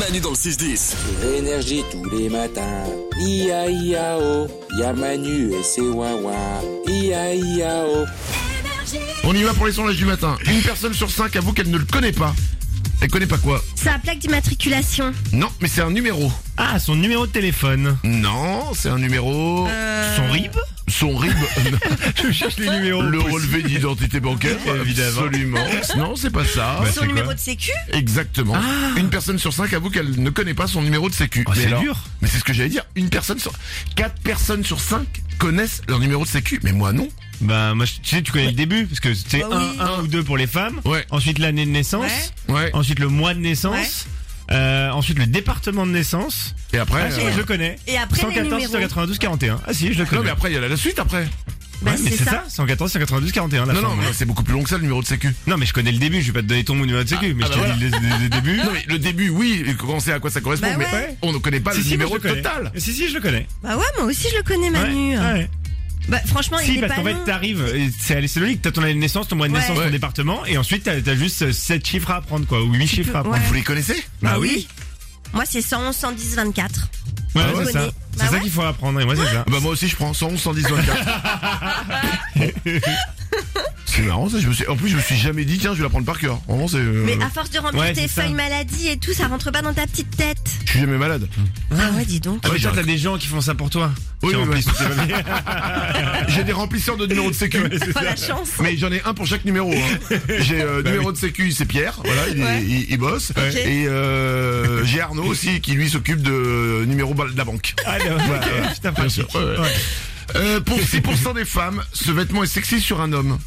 Manu dans le 6-10. Énergie tous les matins. Ia ia oh, Y'a Manu et ses wawa. Ia ia oh. On y va pour les sondages du matin. Une personne sur cinq avoue qu'elle ne le connaît pas. Elle connaît pas quoi C'est la plaque d'immatriculation. Non, mais c'est un numéro. Ah, son numéro de téléphone. Non, c'est un numéro. Euh. Son RIB Son RIB. Je cherche les numéros. le relevé d'identité bancaire, Évidemment. Bah, Absolument. Non, c'est pas ça. Son c'est numéro quoi Ah. de sécu Exactement. Une personne sur cinq avoue qu'elle ne connaît pas son numéro de sécu. Oh, Mais c'est alors- dur. Mais c'est ce que j'allais dire. Une personne sur quatre personnes sur cinq connaissent leur numéro de sécu. Mais moi non. Bah, moi, je- tu sais, tu connais le début, parce que c'était Bah un, oui. un ou deux pour les femmes. Ouais. Ensuite, l'année de naissance. Ouais. Ensuite, le mois de naissance. Euh, ensuite, le département de naissance. Et après. Ah, si, euh, moi, je le connais. Et après, les 114, numéros. 192, 41. Ah, si, je le Non connais. mais après il y a la, la suite après. Ouais, Bah, mais c'est c'est ça. ça. 114, 192, 41. la non fin. non mais c'est beaucoup plus long que ça le numéro de sécu. Non, mais je connais le début, je vais pas te donner ton numéro de sécu, mais ah, je bah te dis le, le- le début. Non mais le début oui, et quand on sait à quoi ça correspond, Bah mais ouais. on ne connaît pas Si, Ah, le si, moi, je numéro le connais. total. Si, si, je le connais. Bah ouais, moi aussi je le connais, Manu. Ouais, ouais. Bah franchement, Si, il est parce pas qu'en fait, long. t'arrives, et c'est allé- c'est logique, t'as ton année de naissance, ton mois de Ouais. naissance, Ouais. ton département, et ensuite t'as t'as juste 7 chiffres à apprendre, quoi, ou 8 chiffres à peux- apprendre. Vous les connaissez Bah Moi c'est 111, 110, 24. Ouais, Ah ouais. c'est ça. Bah C'est ça ouais. qu'il faut apprendre, et moi, c'est ça. Bah moi aussi je prends 111, 110, 24. c'est marrant ça, je me suis... en plus je me suis jamais dit tiens je vais la prendre par cœur. Vraiment c'est... euh, ah. Mais à force de remplir Mmh. ouais, tes c'est ça. feuilles maladie et tout, ça rentre pas dans ta petite tête. Je suis jamais malade. Ah ouais, dis donc. Ah, mais Ouais, toi, j'ai t'as des gens qui font ça pour toi. Oui, Qui oui, remplissent oui. tous tes papiers. J'ai des remplisseurs de numéros de sécu. Oh la chance. Mais j'en ai un pour chaque numéro. hein. J'ai euh, Bah numéro de sécu, c'est Pierre, voilà, il, il- il bosse. Et euh, j'ai Arnaud aussi qui lui s'occupe de euh, numéro bal- de la banque. Ah, non, ok, putain, pratique. sûr, ouais, ouais. Ouais. Euh, pour 6% des femmes, ce vêtement est sexy sur un homme.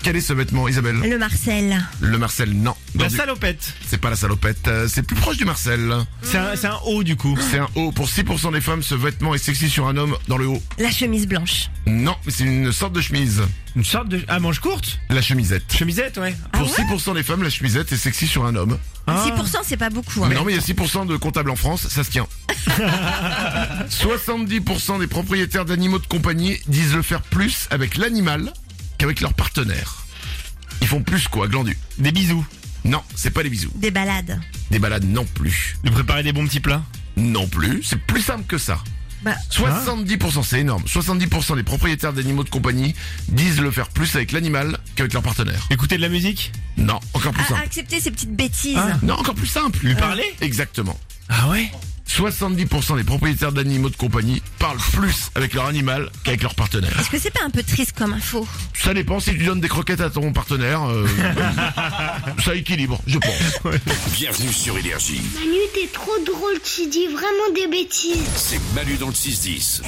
Quel est ce vêtement, Isabelle Le Marcel. Le Marcel, non. Dans La du- salopette. C'est pas la salopette, euh, c'est plus proche du Marcel. C'est un, c'est un haut, du coup. C'est un haut. Pour 6% des femmes, ce vêtement est sexy sur un homme dans le haut. La chemise blanche. Non, mais c'est une sorte de chemise. Une sorte de. Ah, manche courte La chemisette. Chemisette, Ah ouais. Pour 6% des femmes, la chemisette est sexy sur un homme. Ah. 6% c'est pas beaucoup. hein. Mais non, mais il y a 6% de comptables en France, ça se tient. 70% des propriétaires d'animaux de compagnie disent le faire plus avec l'animal qu'avec leur partenaire. Ils font plus quoi, glandu Des bisous. Non, c'est pas les bisous. Des balades. Des balades non plus. De préparer des bons petits plats. Non plus, c'est plus simple que ça. Bah, 70%, c'est énorme. 70% des propriétaires d'animaux de compagnie disent le faire plus avec l'animal qu'avec leur partenaire. Écouter de la musique. Non, encore plus à- simple. accepter ces petites bêtises. Ah. Non, encore plus simple. Lui parler Exactement. Ah ouais 70% des propriétaires d'animaux de compagnie parlent plus avec leur animal qu'avec leur partenaire. Est-ce que c'est pas un peu triste comme info Ça dépend si tu donnes des croquettes à ton partenaire. euh, ça équilibre, je pense. Bienvenue sur Énergie. Manu, t'es trop drôle, tu dis vraiment des bêtises. C'est Manu dans le 6-10.